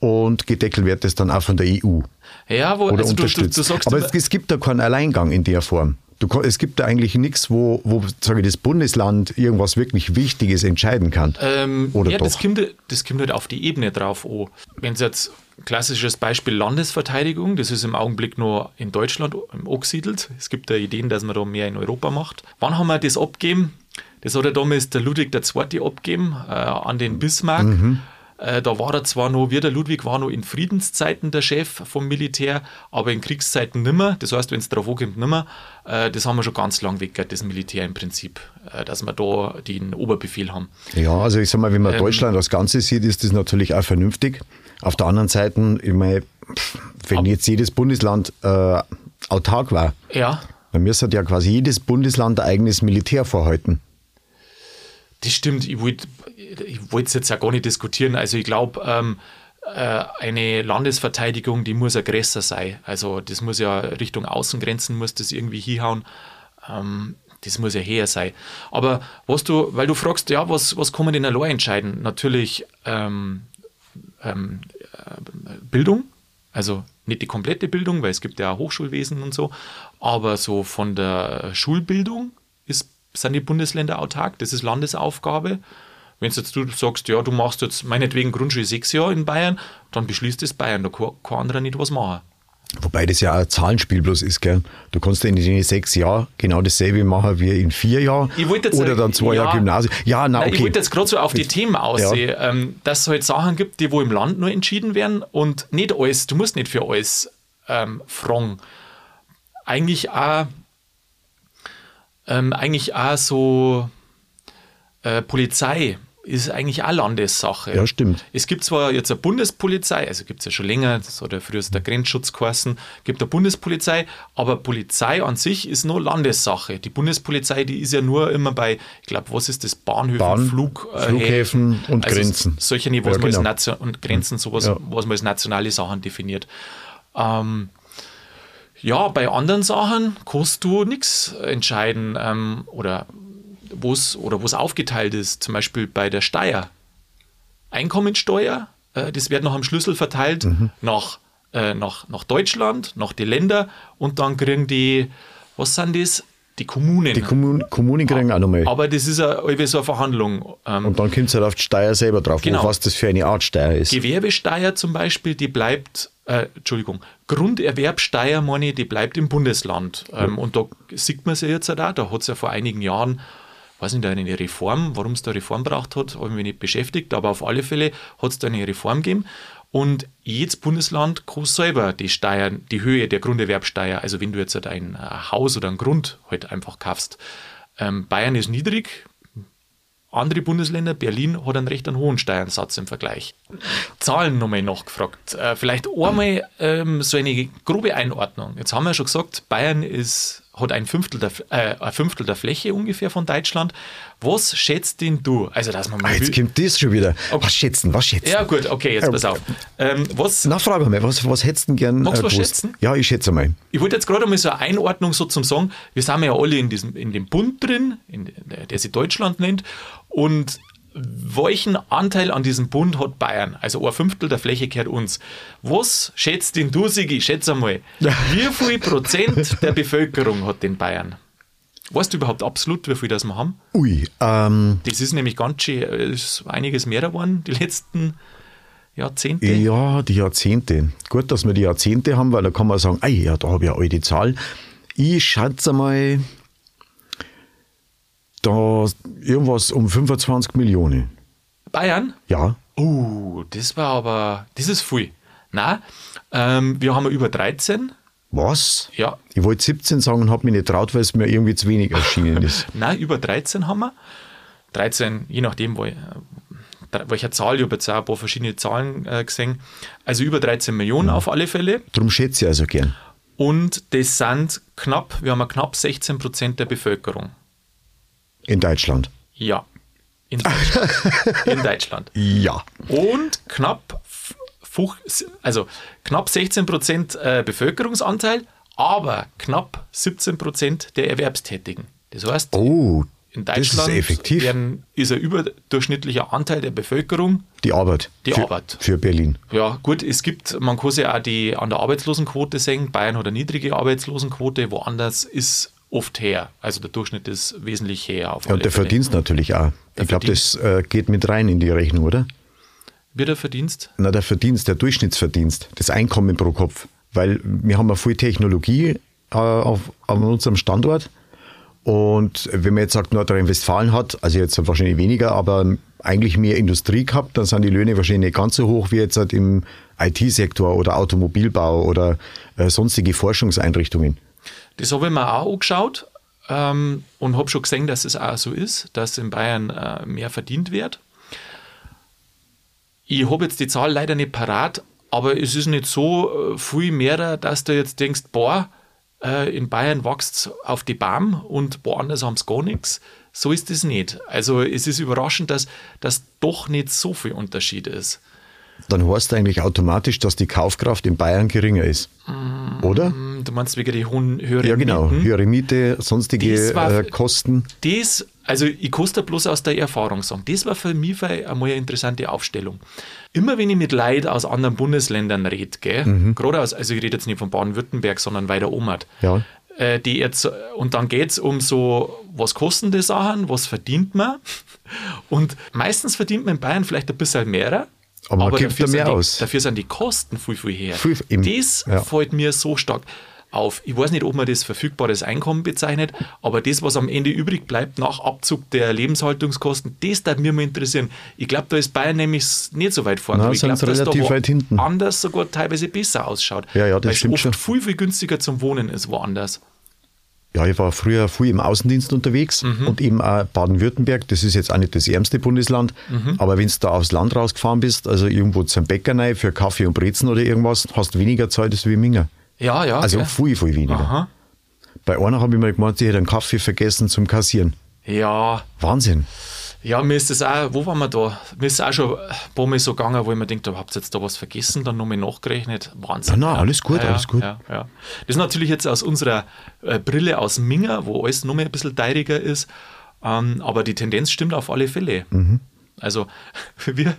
[SPEAKER 2] und gedeckelt wird das dann auch von der E EU
[SPEAKER 1] ja, wo,
[SPEAKER 2] oder
[SPEAKER 1] also du, du,
[SPEAKER 2] unterstützt.
[SPEAKER 1] du sagst
[SPEAKER 2] aber
[SPEAKER 1] immer-
[SPEAKER 2] es, es gibt da keinen Alleingang in der Form. Du, kann- es gibt da eigentlich nichts, wo, wo sage ich, das Bundesland irgendwas wirklich Wichtiges entscheiden kann.
[SPEAKER 1] Ähm,
[SPEAKER 2] Oder
[SPEAKER 1] ja, Das,
[SPEAKER 2] doch?
[SPEAKER 1] kommt, das kommt halt auf die Ebene drauf an. Wenn es jetzt klassisches Beispiel Landesverteidigung, das ist im Augenblick nur in Deutschland angesiedelt. Es gibt da Ideen, dass man da mehr in Europa macht. Wann haben wir das abgegeben? Das hat er damals der Ludwig II. abgegeben äh, an den Bismarck.
[SPEAKER 2] Mhm.
[SPEAKER 1] Äh, da war er zwar noch, wie der Ludwig war noch in Friedenszeiten der Chef vom Militär, aber in Kriegszeiten nimmer. Das heißt, wenn es drauf ankommt, nimmer. Äh, das haben wir schon ganz lang weg, das Militär im Prinzip, äh, dass wir da den Oberbefehl haben.
[SPEAKER 2] Ja, also ich sag mal, wenn
[SPEAKER 1] ähm,
[SPEAKER 2] man Deutschland als Ganzes sieht, ist das natürlich auch vernünftig. Auf der anderen Seite, ich meine, pff, wenn jetzt jedes Bundesland äh, autark war,
[SPEAKER 1] Ja,
[SPEAKER 2] dann müsste ja quasi jedes Bundesland ein eigenes Militär vorhalten.
[SPEAKER 1] Das stimmt, ich wollte ich wollte es jetzt ja gar nicht diskutieren. Also ich glaube, ähm, äh, eine Landesverteidigung, die muss aggressor sein. Also das muss ja Richtung Außengrenzen, muss das irgendwie hinhauen. Ähm, das muss ja her sein. Aber was du, weil du fragst, ja, was, was kann man denn allein entscheiden? Natürlich ähm, ähm, äh, Bildung, also nicht die komplette Bildung, weil es gibt ja auch Hochschulwesen und so, aber so von der Schulbildung ist, sind die Bundesländer autark, das ist Landesaufgabe. Wenn jetzt du sagst, ja, du machst jetzt meinetwegen Grundschule sechs Jahre in Bayern, dann beschließt das Bayern, da kann, kann anderer nicht was machen.
[SPEAKER 2] Wobei das ja auch ein Zahlenspiel bloß ist, gell? Du kannst in den sechs Jahren genau dasselbe machen wie in vier Jahren
[SPEAKER 1] Ich wollte jetzt
[SPEAKER 2] oder
[SPEAKER 1] sagen,
[SPEAKER 2] dann zwei
[SPEAKER 1] ja.
[SPEAKER 2] Jahre Gymnasium. Ja, na,
[SPEAKER 1] Nein,
[SPEAKER 2] okay.
[SPEAKER 1] Ich wollte jetzt gerade so auf die Themen aussehen, ähm, dass es halt Sachen gibt, die wo im Land nur entschieden werden und nicht alles, du musst nicht für alles ähm, fragen. Eigentlich auch, ähm, eigentlich auch so äh, Polizei ist eigentlich auch Landessache.
[SPEAKER 2] Ja, stimmt.
[SPEAKER 1] Es gibt zwar jetzt eine Bundespolizei, also gibt es ja schon länger, das hat ja früher der Grenzschutz geheißen, gibt eine Bundespolizei, aber Polizei an sich ist nur Landessache. Die Bundespolizei, die ist ja nur immer bei, ich glaube, was ist das, Bahnhöfen,
[SPEAKER 2] Bahn,
[SPEAKER 1] Flug, äh,
[SPEAKER 2] Flughäfen
[SPEAKER 1] Häfen.
[SPEAKER 2] und
[SPEAKER 1] Also
[SPEAKER 2] Grenzen.
[SPEAKER 1] Solche, die, was man
[SPEAKER 2] Ja, genau.
[SPEAKER 1] als Nation und Grenzen, sowas,
[SPEAKER 2] Ja.
[SPEAKER 1] was man als nationale Sachen definiert. Ähm, ja, bei anderen Sachen kannst du nichts entscheiden ähm, oder wo es oder wo's aufgeteilt ist, zum Beispiel bei der Steuer. Einkommensteuer, äh, das wird noch am Schlüssel verteilt
[SPEAKER 2] Mhm.
[SPEAKER 1] nach, äh, nach, nach Deutschland, nach die Länder und dann kriegen die, was sind das? Die Kommunen.
[SPEAKER 2] Die Kommun Kommunen kriegen auch nochmal.
[SPEAKER 1] Aber das ist ja irgendwie so eine Verhandlung. Ähm,
[SPEAKER 2] Und dann kommt es halt auf die Steuer selber drauf,
[SPEAKER 1] Genau.
[SPEAKER 2] auf was das für eine Art Steuer ist.
[SPEAKER 1] Gewerbesteuer zum Beispiel, die bleibt, äh, Entschuldigung, Grunderwerbsteuer, meine ich, die bleibt im Bundesland. Ähm, und da sieht man sie jetzt auch da, da hat es ja vor einigen Jahren, weiß nicht, eine Reform, warum es da Reform braucht hat, habe ich mich nicht beschäftigt, aber auf alle Fälle hat es da eine Reform gegeben. Und jedes Bundesland kann selber die Steuern, die Höhe der Grunderwerbsteuer, also wenn du jetzt halt ein äh, Haus oder einen Grund halt einfach kaufst. Ähm, Bayern ist niedrig, andere Bundesländer, Berlin hat einen recht einen hohen Steuernsatz im Vergleich. Zahlen nochmal nachgefragt. Äh, vielleicht einmal ähm, so eine grobe Einordnung. Jetzt haben wir schon gesagt, Bayern ist, hat ein Fünftel, der, F- äh, ein Fünftel der Fläche ungefähr von Deutschland. Was schätzt denn du? Also, dass man
[SPEAKER 2] Ah,
[SPEAKER 1] mal.
[SPEAKER 2] jetzt
[SPEAKER 1] will-
[SPEAKER 2] kommt das schon wieder.
[SPEAKER 1] Okay.
[SPEAKER 2] Was schätzen, was schätzen?
[SPEAKER 1] Ja, gut, okay, jetzt pass auf. Ähm, was,
[SPEAKER 2] Na, frag mal, was, was hättest du denn gern äh,
[SPEAKER 1] Magst du was
[SPEAKER 2] gewusst?
[SPEAKER 1] schätzen?
[SPEAKER 2] Ja, ich schätze mal.
[SPEAKER 1] ich wollte jetzt gerade mal so eine Einordnung so zum Song. Wir sind ja alle in, diesem, in dem Bund drin, in, der, der sich Deutschland nennt. Und welchen Anteil an diesem Bund hat Bayern? Also ein Fünftel der Fläche gehört uns. Was schätzt denn du, Sigi? Schätz einmal. Wie viel Prozent der Bevölkerung hat den Bayern? Weißt du überhaupt absolut, wie viel das wir haben?
[SPEAKER 2] Ui, ähm,
[SPEAKER 1] Das ist nämlich ganz schön, äh, ist einiges mehr geworden, die letzten Jahrzehnte.
[SPEAKER 2] ja, die Jahrzehnte. Gut, dass wir die Jahrzehnte haben, weil da kann man sagen, ei, ja, da habe ich eine alte Zahl. Ich schätze mal, da irgendwas um 25 Millionen.
[SPEAKER 1] Bayern?
[SPEAKER 2] Ja,
[SPEAKER 1] Oh, das war aber, das ist viel. Na, ähm, wir haben ja über 13.
[SPEAKER 2] was?
[SPEAKER 1] Ja,
[SPEAKER 2] Ich wollte 17 sagen und habe mich nicht traut, weil es mir irgendwie zu wenig erschienen ist.
[SPEAKER 1] nein, über 13 haben wir. 13, je nachdem, wo, äh, dre- welcher Zahl, ich habe jetzt auch ein paar verschiedene Zahlen äh, gesehen. Also über 13 Millionen auf alle Fälle.
[SPEAKER 2] Drum schätze ich also gern.
[SPEAKER 1] Und das sind knapp, wir haben ja knapp 16 Prozent der Bevölkerung.
[SPEAKER 2] In Deutschland.
[SPEAKER 1] Ja. In Deutschland. In Deutschland.
[SPEAKER 2] Ja.
[SPEAKER 1] Und knapp, f- fuch- also knapp 16 Prozent äh, Bevölkerungsanteil, aber knapp 17 Prozent der Erwerbstätigen. Das heißt,
[SPEAKER 2] Oh,
[SPEAKER 1] in
[SPEAKER 2] das ist
[SPEAKER 1] Deutschland
[SPEAKER 2] effektiv.
[SPEAKER 1] Werden, ist ein überdurchschnittlicher Anteil der Bevölkerung.
[SPEAKER 2] Die Arbeit.
[SPEAKER 1] Die
[SPEAKER 2] für,
[SPEAKER 1] Arbeit.
[SPEAKER 2] Für Berlin.
[SPEAKER 1] Ja, gut, es gibt, man kann sich auch die an der Arbeitslosenquote sehen. Bayern hat eine niedrige Arbeitslosenquote, woanders ist oft her. Also der Durchschnitt ist wesentlich her. Auf
[SPEAKER 2] Ja,
[SPEAKER 1] alle
[SPEAKER 2] und der
[SPEAKER 1] Fälle.
[SPEAKER 2] Verdienst natürlich auch. ich glaube, das äh, geht mit rein in die Rechnung, oder?
[SPEAKER 1] Wird der Verdienst?
[SPEAKER 2] Na, der Verdienst, der Durchschnittsverdienst, das Einkommen pro Kopf. Weil wir haben ja viel Technologie äh, auf, an unserem Standort Und wenn man jetzt sagt, Nordrhein-Westfalen hat, also jetzt wahrscheinlich weniger, aber eigentlich mehr Industrie gehabt, dann sind die Löhne wahrscheinlich nicht ganz so hoch wie jetzt halt im IT-Sektor oder Automobilbau oder äh, sonstige Forschungseinrichtungen.
[SPEAKER 1] Das habe ich mir auch angeschaut ähm, und habe schon gesehen, dass es auch so ist, dass in Bayern äh, mehr verdient wird. Ich habe jetzt die Zahl leider nicht parat, aber es ist nicht so äh, viel mehr, dass du jetzt denkst, boah, äh, in Bayern wächst auf die Baum und woanders haben sie gar nichts. So ist es nicht. Also es ist überraschend, dass das doch nicht so viel Unterschied ist.
[SPEAKER 2] Dann heißt eigentlich automatisch, dass die Kaufkraft in Bayern geringer ist. Mm, Oder?
[SPEAKER 1] Hm, Du meinst wegen der hohen höheren
[SPEAKER 2] Ja, genau.
[SPEAKER 1] Mieten?
[SPEAKER 2] Höhere Miete, sonstige
[SPEAKER 1] Das Hm? war-
[SPEAKER 2] äh, Kosten.
[SPEAKER 1] das, also ich kann da bloß aus der Erfahrung sagen, das war für mich für einmal eine interessante Aufstellung. Immer wenn ich mit Leuten aus anderen Bundesländern rede, gell,
[SPEAKER 2] Mhm.
[SPEAKER 1] gerade aus, also ich rede jetzt nicht von Baden-Württemberg, sondern weiter umhat,
[SPEAKER 2] Ja.
[SPEAKER 1] äh, die jetzt, und dann geht es um so, was kosten die Sachen, was verdient man? (laughs) Und meistens verdient man in Bayern vielleicht ein bisschen mehr.
[SPEAKER 2] Aber man gibt da
[SPEAKER 1] sind
[SPEAKER 2] mehr
[SPEAKER 1] die,
[SPEAKER 2] aus.
[SPEAKER 1] dafür sind die Kosten viel, viel her.
[SPEAKER 2] Viel- im-
[SPEAKER 1] das
[SPEAKER 2] ja.
[SPEAKER 1] fällt mir so stark auf. Ich weiß nicht, ob man das verfügbares Einkommen bezeichnet, aber das, was am Ende übrig bleibt nach Abzug der Lebenshaltungskosten, das darf mir mal interessieren. Ich glaube, da ist Bayern nämlich nicht so weit vorne.
[SPEAKER 2] Na,
[SPEAKER 1] ich
[SPEAKER 2] sind
[SPEAKER 1] glaube,
[SPEAKER 2] sie relativ weit hinten.
[SPEAKER 1] anders sogar teilweise besser ausschaut.
[SPEAKER 2] Ja, ja, das
[SPEAKER 1] weil es
[SPEAKER 2] stimmt
[SPEAKER 1] oft
[SPEAKER 2] schon.
[SPEAKER 1] viel, viel günstiger zum Wohnen ist woanders.
[SPEAKER 2] Ja, ich war früher viel im Außendienst unterwegs
[SPEAKER 1] Mhm.
[SPEAKER 2] und eben auch Baden-Württemberg, das ist jetzt auch nicht das ärmste Bundesland,
[SPEAKER 1] Mhm.
[SPEAKER 2] aber wenn du da aufs Land rausgefahren bist, also irgendwo zum Bäcker rein für Kaffee und Brezen oder irgendwas, hast du weniger Zeit als wie in Minger.
[SPEAKER 1] Ja, ja.
[SPEAKER 2] Also
[SPEAKER 1] gell?
[SPEAKER 2] viel, viel weniger.
[SPEAKER 1] Aha.
[SPEAKER 2] Bei einer habe ich mal gemeint, ich hätte einen Kaffee vergessen zum Kassieren.
[SPEAKER 1] Ja,
[SPEAKER 2] Wahnsinn.
[SPEAKER 1] ja, mir ist das auch, wo waren wir da? Mir ist es auch schon ein paar Mal so gegangen, wo ich mir denkt, habt ihr jetzt da was vergessen, dann nochmal nachgerechnet. Wahnsinn.
[SPEAKER 2] Ah, Na, na, alles gut,
[SPEAKER 1] ja,
[SPEAKER 2] alles gut.
[SPEAKER 1] Ja, ja. Das ist natürlich jetzt aus unserer äh, Brille aus Minger, wo alles nochmal ein bisschen teuriger ist, ähm, aber die Tendenz stimmt auf alle Fälle.
[SPEAKER 2] Mhm.
[SPEAKER 1] Also, (laughs) wir,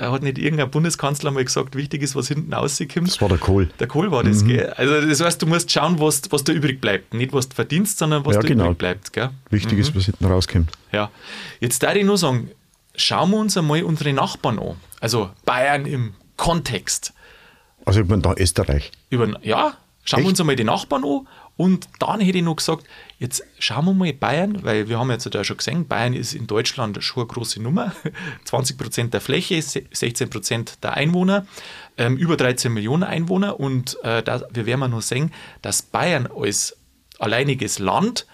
[SPEAKER 1] hat nicht irgendein Bundeskanzler mal gesagt, wichtig ist, was hinten rauskommt.
[SPEAKER 2] Das war der Kohl. Mhm.
[SPEAKER 1] Der Kohl war das, gell? Also, das heißt, du musst schauen, was, was da übrig bleibt. Nicht, was du verdienst, sondern was
[SPEAKER 2] Ja,
[SPEAKER 1] da
[SPEAKER 2] genau.
[SPEAKER 1] übrig bleibt, gell?
[SPEAKER 2] Wichtig ist,
[SPEAKER 1] Mhm.
[SPEAKER 2] was hinten rauskommt.
[SPEAKER 1] Ja, jetzt darf ich nur sagen, schauen wir uns einmal unsere Nachbarn an. Also Bayern im Kontext.
[SPEAKER 2] Also ich meine, da Österreich.
[SPEAKER 1] Über, ja, schauen wir
[SPEAKER 2] Echt?
[SPEAKER 1] uns einmal die Nachbarn an. Und dann hätte ich noch gesagt, jetzt schauen wir mal Bayern, weil wir haben jetzt ja schon gesehen, Bayern ist in Deutschland schon eine große Nummer. (laughs) 20% der Fläche, se- 16% der Einwohner, ähm, über 13 Millionen Einwohner. Und äh, das, wir werden ja nur sehen, dass Bayern als alleiniges Land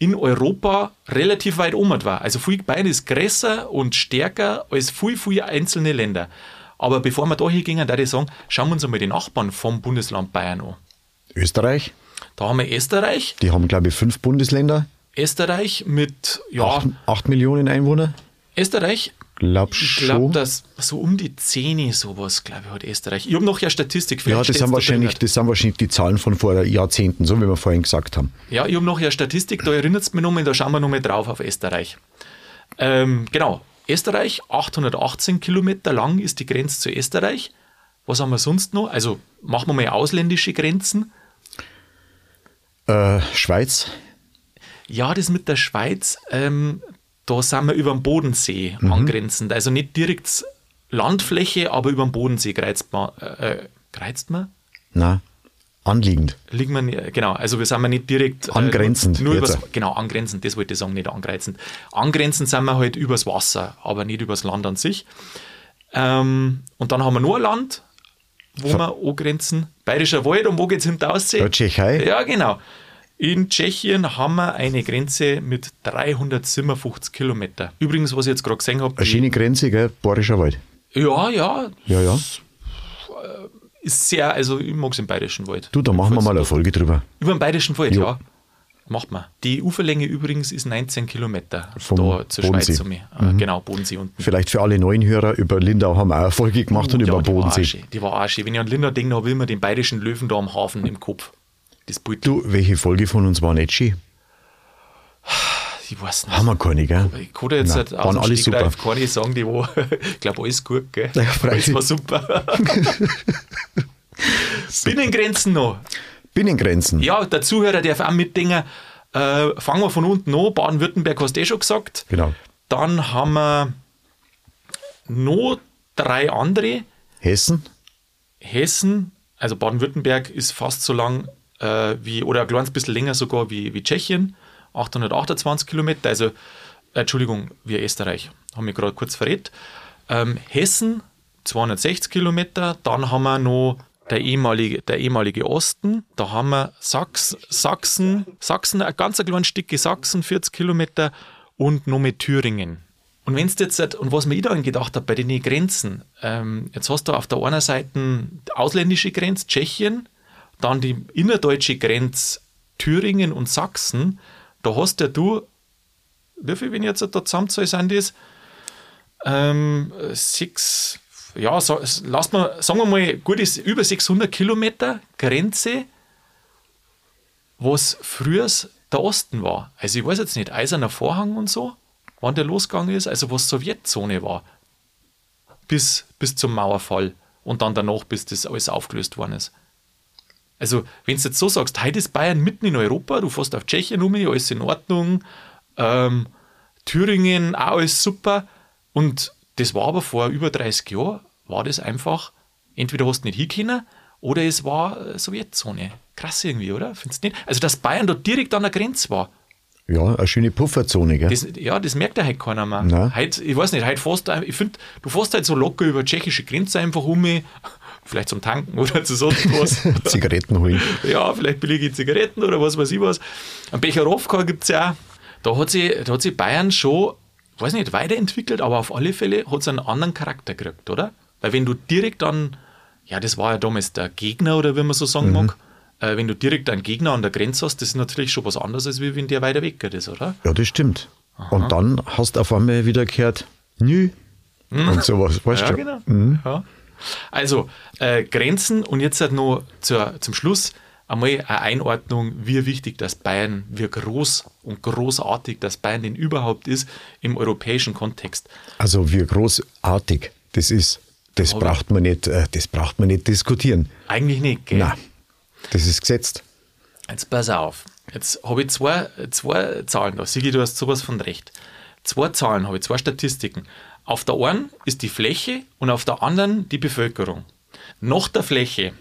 [SPEAKER 1] in Europa relativ weit oben war. Also viel Bayern ist größer und stärker als viel, viel einzelne Länder. Aber bevor wir da hingingen, da ich sagen, schauen wir uns einmal die Nachbarn vom Bundesland Bayern an.
[SPEAKER 2] Österreich,
[SPEAKER 1] Da haben wir Österreich.
[SPEAKER 2] die haben glaube ich fünf Bundesländer,
[SPEAKER 1] Österreich mit, ja,
[SPEAKER 2] acht, acht Millionen Einwohner.
[SPEAKER 1] Österreich,
[SPEAKER 2] Glaub
[SPEAKER 1] ich
[SPEAKER 2] schon.
[SPEAKER 1] glaube, dass so um die 10 sowas, glaube ich, hat Österreich. Ich habe noch ja Statistik für
[SPEAKER 2] ja, das sind, wahrscheinlich, das sind wahrscheinlich die Zahlen von vor Jahrzehnten, so wie wir vorhin gesagt haben.
[SPEAKER 1] Ja, ich habe noch eine Statistik, da erinnert es mich nochmal, da schauen wir nochmal drauf auf Österreich. Ähm, genau, Österreich, 818 Kilometer lang ist die Grenze zu Österreich. Was haben wir sonst noch? Also machen wir mal ausländische Grenzen.
[SPEAKER 2] Äh, Schweiz,
[SPEAKER 1] Ja, das mit der Schweiz, ähm, da sind wir über dem Bodensee angrenzend. Also nicht direkt Landfläche, aber über dem Bodensee kreizt man. Äh, kreizt man?
[SPEAKER 2] na, anliegend.
[SPEAKER 1] liegen wir, ni- genau, also wir sind wir nicht direkt äh,
[SPEAKER 2] Angrenzend
[SPEAKER 1] Nur, nur
[SPEAKER 2] jetzt.
[SPEAKER 1] übers, genau, angrenzend, das wollte ich sagen, nicht angrenzend. Angrenzend sind wir halt übers Wasser, aber nicht übers Land an sich. Ähm, und dann haben wir nur ein Land, wo wir angrenzen. Bayerischer Wald und wo geht's hin? Der Aussee?
[SPEAKER 2] Ja, Tschechei.
[SPEAKER 1] Ja, genau. In Tschechien haben wir eine Grenze mit 357 Kilometer. Übrigens, was ich jetzt gerade gesehen habe,
[SPEAKER 2] Eine
[SPEAKER 1] die-
[SPEAKER 2] schöne Grenze, gell? Bayerischer Wald.
[SPEAKER 1] ja, ja,
[SPEAKER 2] Ja, ja.
[SPEAKER 1] ist sehr, also ich mag es im Bayerischen Wald.
[SPEAKER 2] Du, da machen wir mal eine Folge drüber.
[SPEAKER 1] Über den Bayerischen Wald,
[SPEAKER 2] Jo.
[SPEAKER 1] ja. Macht man. Die Uferlänge übrigens ist 19 Kilometer
[SPEAKER 2] Vom
[SPEAKER 1] da zur
[SPEAKER 2] Bodensee. Mhm.
[SPEAKER 1] Schweiz. um mich. Äh, Genau, Bodensee unten.
[SPEAKER 2] Vielleicht für alle neuen Hörer, über Lindau haben wir auch eine Folge gemacht und
[SPEAKER 1] Ja,
[SPEAKER 2] über
[SPEAKER 1] die war auch
[SPEAKER 2] Bodensee.
[SPEAKER 1] schön, Die war auch schön. Wenn ich an Linda denke, habe ich immer den Bayerischen Löwen da am Hafen im Kopf. Das Bild,
[SPEAKER 2] Du, welche Folge von uns war nicht schön?
[SPEAKER 1] ich weiß nicht.
[SPEAKER 2] Haben wir keine, gell?
[SPEAKER 1] Ich kann dir jetzt
[SPEAKER 2] Nein,
[SPEAKER 1] halt aus
[SPEAKER 2] waren
[SPEAKER 1] dem
[SPEAKER 2] alle
[SPEAKER 1] Stegreif keine sagen, die war, (laughs) ich glaube, alles gut, gell?
[SPEAKER 2] Ja, freilich.
[SPEAKER 1] alles war
[SPEAKER 2] (laughs)
[SPEAKER 1] super. Binnengrenzen noch.
[SPEAKER 2] Binnengrenzen.
[SPEAKER 1] Ja, der Zuhörer darf auch mitdenken. Äh, fangen wir von unten an. Baden-Württemberg hast du eh schon gesagt.
[SPEAKER 2] Genau.
[SPEAKER 1] Dann haben wir noch drei andere.
[SPEAKER 2] Hessen,
[SPEAKER 1] Hessen, also Baden-Württemberg ist fast so lang äh, wie, oder ein kleines bisschen länger sogar wie, wie Tschechien, 828 Kilometer, also äh, Entschuldigung, wie Österreich, haben wir gerade kurz verrät. Ähm, Hessen 260 Kilometer, dann haben wir noch der ehemalige, der ehemalige Osten, da haben wir Sachs, Sachsen, Sachsen, ein ganz kleines Stück Sachsen, 40 Kilometer und noch mit Thüringen. Und wenn's jetzt, nicht- und was mir ich dann gedacht habe bei den Grenzen, ähm, jetzt hast du auf der einen Seite die ausländische Grenze, Tschechien, dann die innerdeutsche Grenze Thüringen und Sachsen, da hast ja du, wie viel, wenn ich jetzt da zusammenzähle, sind das? Ähm, sechs, ja, so, lass mal, sagen wir mal, gut ist über 600 Kilometer Grenze, was früher der Osten war. Also ich weiß jetzt nicht, Eiserner Vorhang und so, wann der losgegangen ist, also was Sowjetzone war, bis, bis zum Mauerfall und dann danach, bis das alles aufgelöst worden ist. Also, wenn du jetzt so sagst, heute ist Bayern mitten in Europa, du fährst auf Tschechien um, alles in Ordnung, ähm, Thüringen, auch alles super. Und das war aber vor über 30 Jahren, war das einfach, entweder hast du nicht hinkommen oder es war äh, Sowjetzone. Krass irgendwie, oder? Findest du nicht? Also, dass Bayern dort direkt an der Grenze war,
[SPEAKER 2] Ja, eine schöne Pufferzone, gell?
[SPEAKER 1] das, ja, das merkt ja halt keiner mehr.
[SPEAKER 2] Nein.
[SPEAKER 1] Heut, ich weiß nicht, heute fährst du, ich find, du fährst halt so locker über die tschechische Grenze einfach um, (laughs) vielleicht zum Tanken oder zu sonst was.
[SPEAKER 2] (laughs) Zigaretten holen.
[SPEAKER 1] (laughs) ja, vielleicht billige Zigaretten oder was weiß ich was. Ein Becherowka gibt es ja auch. Da hat sie, da hat sie Bayern schon, weiß nicht, weiterentwickelt, aber auf alle Fälle hat es einen anderen Charakter gekriegt, oder? Weil wenn du direkt an, ja, das war ja damals der Gegner oder wie man so sagen mag, äh, wenn du direkt einen Gegner an der Grenze hast, das ist natürlich schon was anderes, als wie wenn der weiter weg ist, oder?
[SPEAKER 2] Ja, das stimmt. Und dann hast du auf einmal wieder gehört, nü. Und sowas, weißt
[SPEAKER 1] Hm. Ja,
[SPEAKER 2] du?
[SPEAKER 1] genau. Ja. Also, äh, Grenzen und jetzt halt noch zur, zum Schluss einmal eine Einordnung, wie wichtig das Bayern, wie groß und großartig das Bayern denn überhaupt ist im europäischen Kontext.
[SPEAKER 2] Also wie großartig das ist, das
[SPEAKER 1] Aber-
[SPEAKER 2] braucht man nicht, äh, das braucht man nicht diskutieren.
[SPEAKER 1] Eigentlich nicht, gell?
[SPEAKER 2] Nein, das ist gesetzt.
[SPEAKER 1] Jetzt pass auf. Jetzt habe ich zwei, zwei Zahlen da. Sigi, du hast sowas von recht. Zwei Zahlen habe ich, zwei Statistiken. Auf der einen ist die Fläche und auf der anderen die Bevölkerung. Nach der Fläche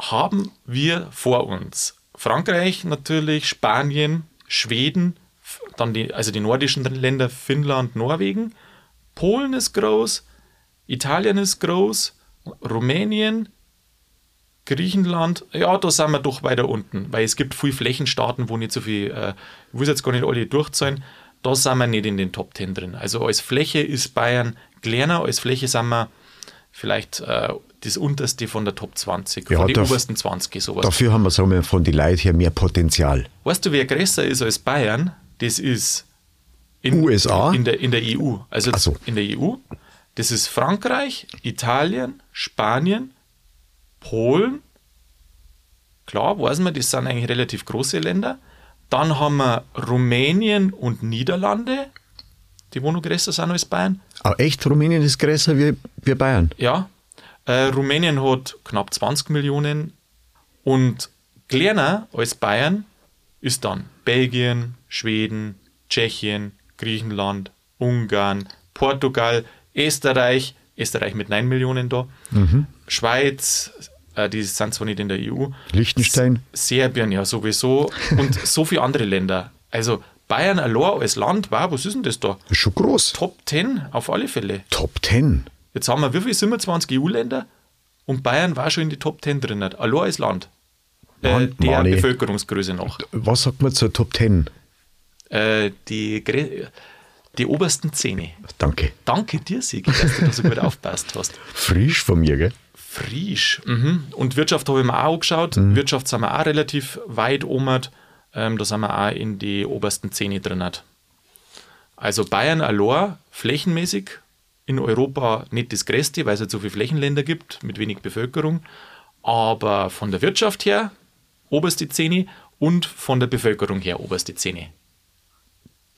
[SPEAKER 1] haben wir vor uns Frankreich natürlich, Spanien, Schweden, f- dann die, also die nordischen Länder, Finnland, Norwegen. Polen ist groß, Italien ist groß, Rumänien, Griechenland, ja, da sind wir doch weiter unten, weil es gibt viele Flächenstaaten, wo nicht so viel, äh, ich will jetzt gar nicht alle durchzählen, da sind wir nicht in den Top 10 drin. Also als Fläche ist Bayern kleiner, als Fläche sind wir vielleicht äh, das unterste von der Top 20,
[SPEAKER 2] Ja,
[SPEAKER 1] von den
[SPEAKER 2] darf-
[SPEAKER 1] obersten 20, sowas.
[SPEAKER 2] Dafür haben wir, sagen wir, von den Leuten her mehr Potenzial.
[SPEAKER 1] Weißt du, wer größer ist als Bayern? Das ist in,
[SPEAKER 2] USA?
[SPEAKER 1] in der, in der EU. Also
[SPEAKER 2] Ach so.
[SPEAKER 1] in der EU. Das ist Frankreich, Italien, Spanien, Polen. Klar, weiß man, das sind eigentlich relativ große Länder. Dann haben wir Rumänien und Niederlande, die wo noch größer sind als Bayern.
[SPEAKER 2] Aber echt, Rumänien ist größer wie, wie Bayern.
[SPEAKER 1] Ja. Äh, Rumänien hat knapp 20 Millionen und kleiner als Bayern ist dann Belgien, Schweden, Tschechien, Griechenland, Ungarn, Portugal, Österreich, Österreich mit 9 Millionen da, Schweiz, äh, die sind zwar nicht in der EU,
[SPEAKER 2] Liechtenstein?
[SPEAKER 1] Serbien ja sowieso und so viele andere Länder. Also Bayern allein als Land, wow, was ist denn das da?
[SPEAKER 2] Ist schon groß.
[SPEAKER 1] Top 10 auf alle Fälle.
[SPEAKER 2] Top 10.
[SPEAKER 1] Jetzt haben wir, wie viel sind wir? 20 EU-Länder? Und Bayern war schon in die Top 10 drin. Allein als Land. Äh,
[SPEAKER 2] Mann,
[SPEAKER 1] der
[SPEAKER 2] Manni.
[SPEAKER 1] Bevölkerungsgröße noch.
[SPEAKER 2] Was sagt man zur Top 10?
[SPEAKER 1] Äh, die, Gre- die obersten Zähne.
[SPEAKER 2] Danke.
[SPEAKER 1] Danke dir, Sigi, dass du da so gut aufpasst hast.
[SPEAKER 2] Frisch von mir, gell?
[SPEAKER 1] Frisch. Mhm. Und Wirtschaft habe ich mir auch angeschaut. Wirtschaft sind wir auch relativ weit omert. Ähm, da sind wir auch in die obersten Zähne drin. Also Bayern allein flächenmäßig in Europa nicht das Größte, weil es halt so viele Flächenländer gibt mit wenig Bevölkerung. Aber von der Wirtschaft her oberste Zähne und von der Bevölkerung her oberste Zähne.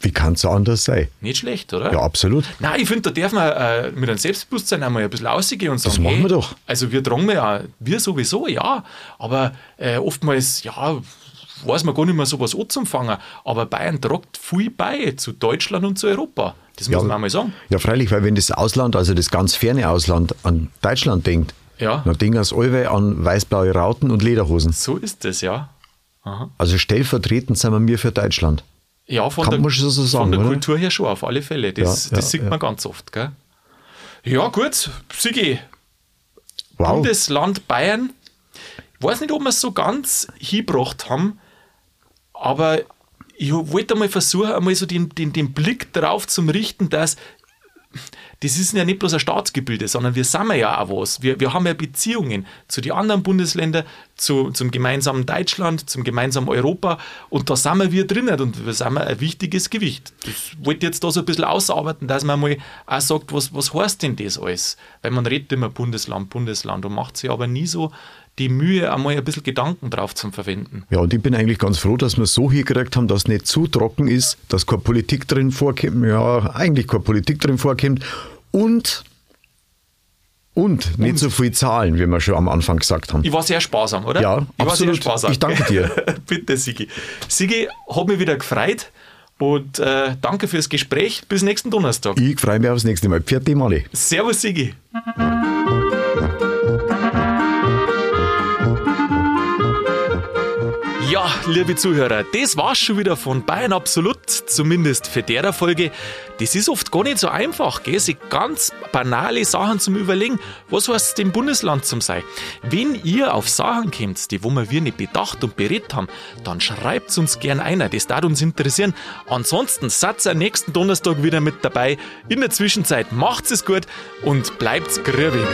[SPEAKER 2] Wie kann es anders sein?
[SPEAKER 1] Nicht schlecht, oder?
[SPEAKER 2] Ja, absolut.
[SPEAKER 1] Nein, ich finde, da darf man äh, mit einem Selbstbewusstsein einmal ein bisschen rausgehen und sagen,
[SPEAKER 2] machen wir doch.
[SPEAKER 1] Also wir tragen wir ja, wir sowieso, ja. Aber äh, oftmals, ja, weiß man gar nicht mehr sowas anzufangen. Aber Bayern tragt viel bei zu Deutschland und zu Europa. Das muss man einmal sagen.
[SPEAKER 2] Ja, freilich, weil wenn das Ausland, also das ganz ferne Ausland an Deutschland denkt,
[SPEAKER 1] Ja.
[SPEAKER 2] Na, Dingers Olwe an weißblaue Rauten und Lederhosen.
[SPEAKER 1] So ist es, ja. Aha.
[SPEAKER 2] Also stellvertretend sind wir mir für Deutschland.
[SPEAKER 1] Ja, von
[SPEAKER 2] Kann
[SPEAKER 1] der,
[SPEAKER 2] man schon so sagen,
[SPEAKER 1] von der
[SPEAKER 2] oder?
[SPEAKER 1] Kultur her schon, auf alle Fälle. Das,
[SPEAKER 2] Ja, ja,
[SPEAKER 1] das sieht man ganz oft. Gell? Ja, gut, Sigi,
[SPEAKER 2] Wow.
[SPEAKER 1] Bundesland Bayern. Ich weiß nicht, ob wir es so ganz hingebracht haben, aber ich wollte mal versuchen, einmal so den, den, den Blick darauf zu richten, dass das ist ja nicht bloß ein Staatsgebilde, sondern wir sind ja auch was. Wir, wir haben ja Beziehungen zu den anderen Bundesländern, zu, zum gemeinsamen Deutschland, zum gemeinsamen Europa und da sind wir drinnen und wir sind ein wichtiges Gewicht. Das wollte ich jetzt da so ein bisschen ausarbeiten, dass man mal auch sagt, was, was heißt denn das alles? Weil man redet immer Bundesland, Bundesland und macht sich aber nie so die Mühe, einmal ein bisschen Gedanken drauf zu verwenden.
[SPEAKER 2] Ja, und ich bin eigentlich ganz froh, dass wir es so hingekriegt haben, dass nicht zu trocken ist, dass keine Politik drin vorkommt. Ja, eigentlich keine Politik drin vorkommt. Und, und nicht so viel Zahlen, wie wir schon am Anfang gesagt haben.
[SPEAKER 1] Ich war sehr sparsam, oder?
[SPEAKER 2] Ja,
[SPEAKER 1] ich
[SPEAKER 2] absolut.
[SPEAKER 1] War sehr sparsam.
[SPEAKER 2] Ich danke dir.
[SPEAKER 1] (laughs) Bitte, Sigi. Sigi, hat mich wieder gefreut und äh, danke fürs Gespräch. Bis nächsten Donnerstag.
[SPEAKER 2] Ich freue mich aufs nächste Mal. Vierte Male.
[SPEAKER 1] Servus, Sigi. Ja, liebe Zuhörer, das war's schon wieder von Bayern Absolut, zumindest für derer Folge. Das ist oft gar nicht so einfach, gell? sich ganz banale Sachen zum Überlegen. Was heißt dem Bundesland zum Sein? Wenn ihr auf Sachen kommt, die wo wir wir nicht bedacht und berät haben, dann schreibt's uns gern einer, das darf uns interessieren. Ansonsten seid ihr nächsten Donnerstag wieder mit dabei. In der Zwischenzeit macht's es gut und bleibt's grübig.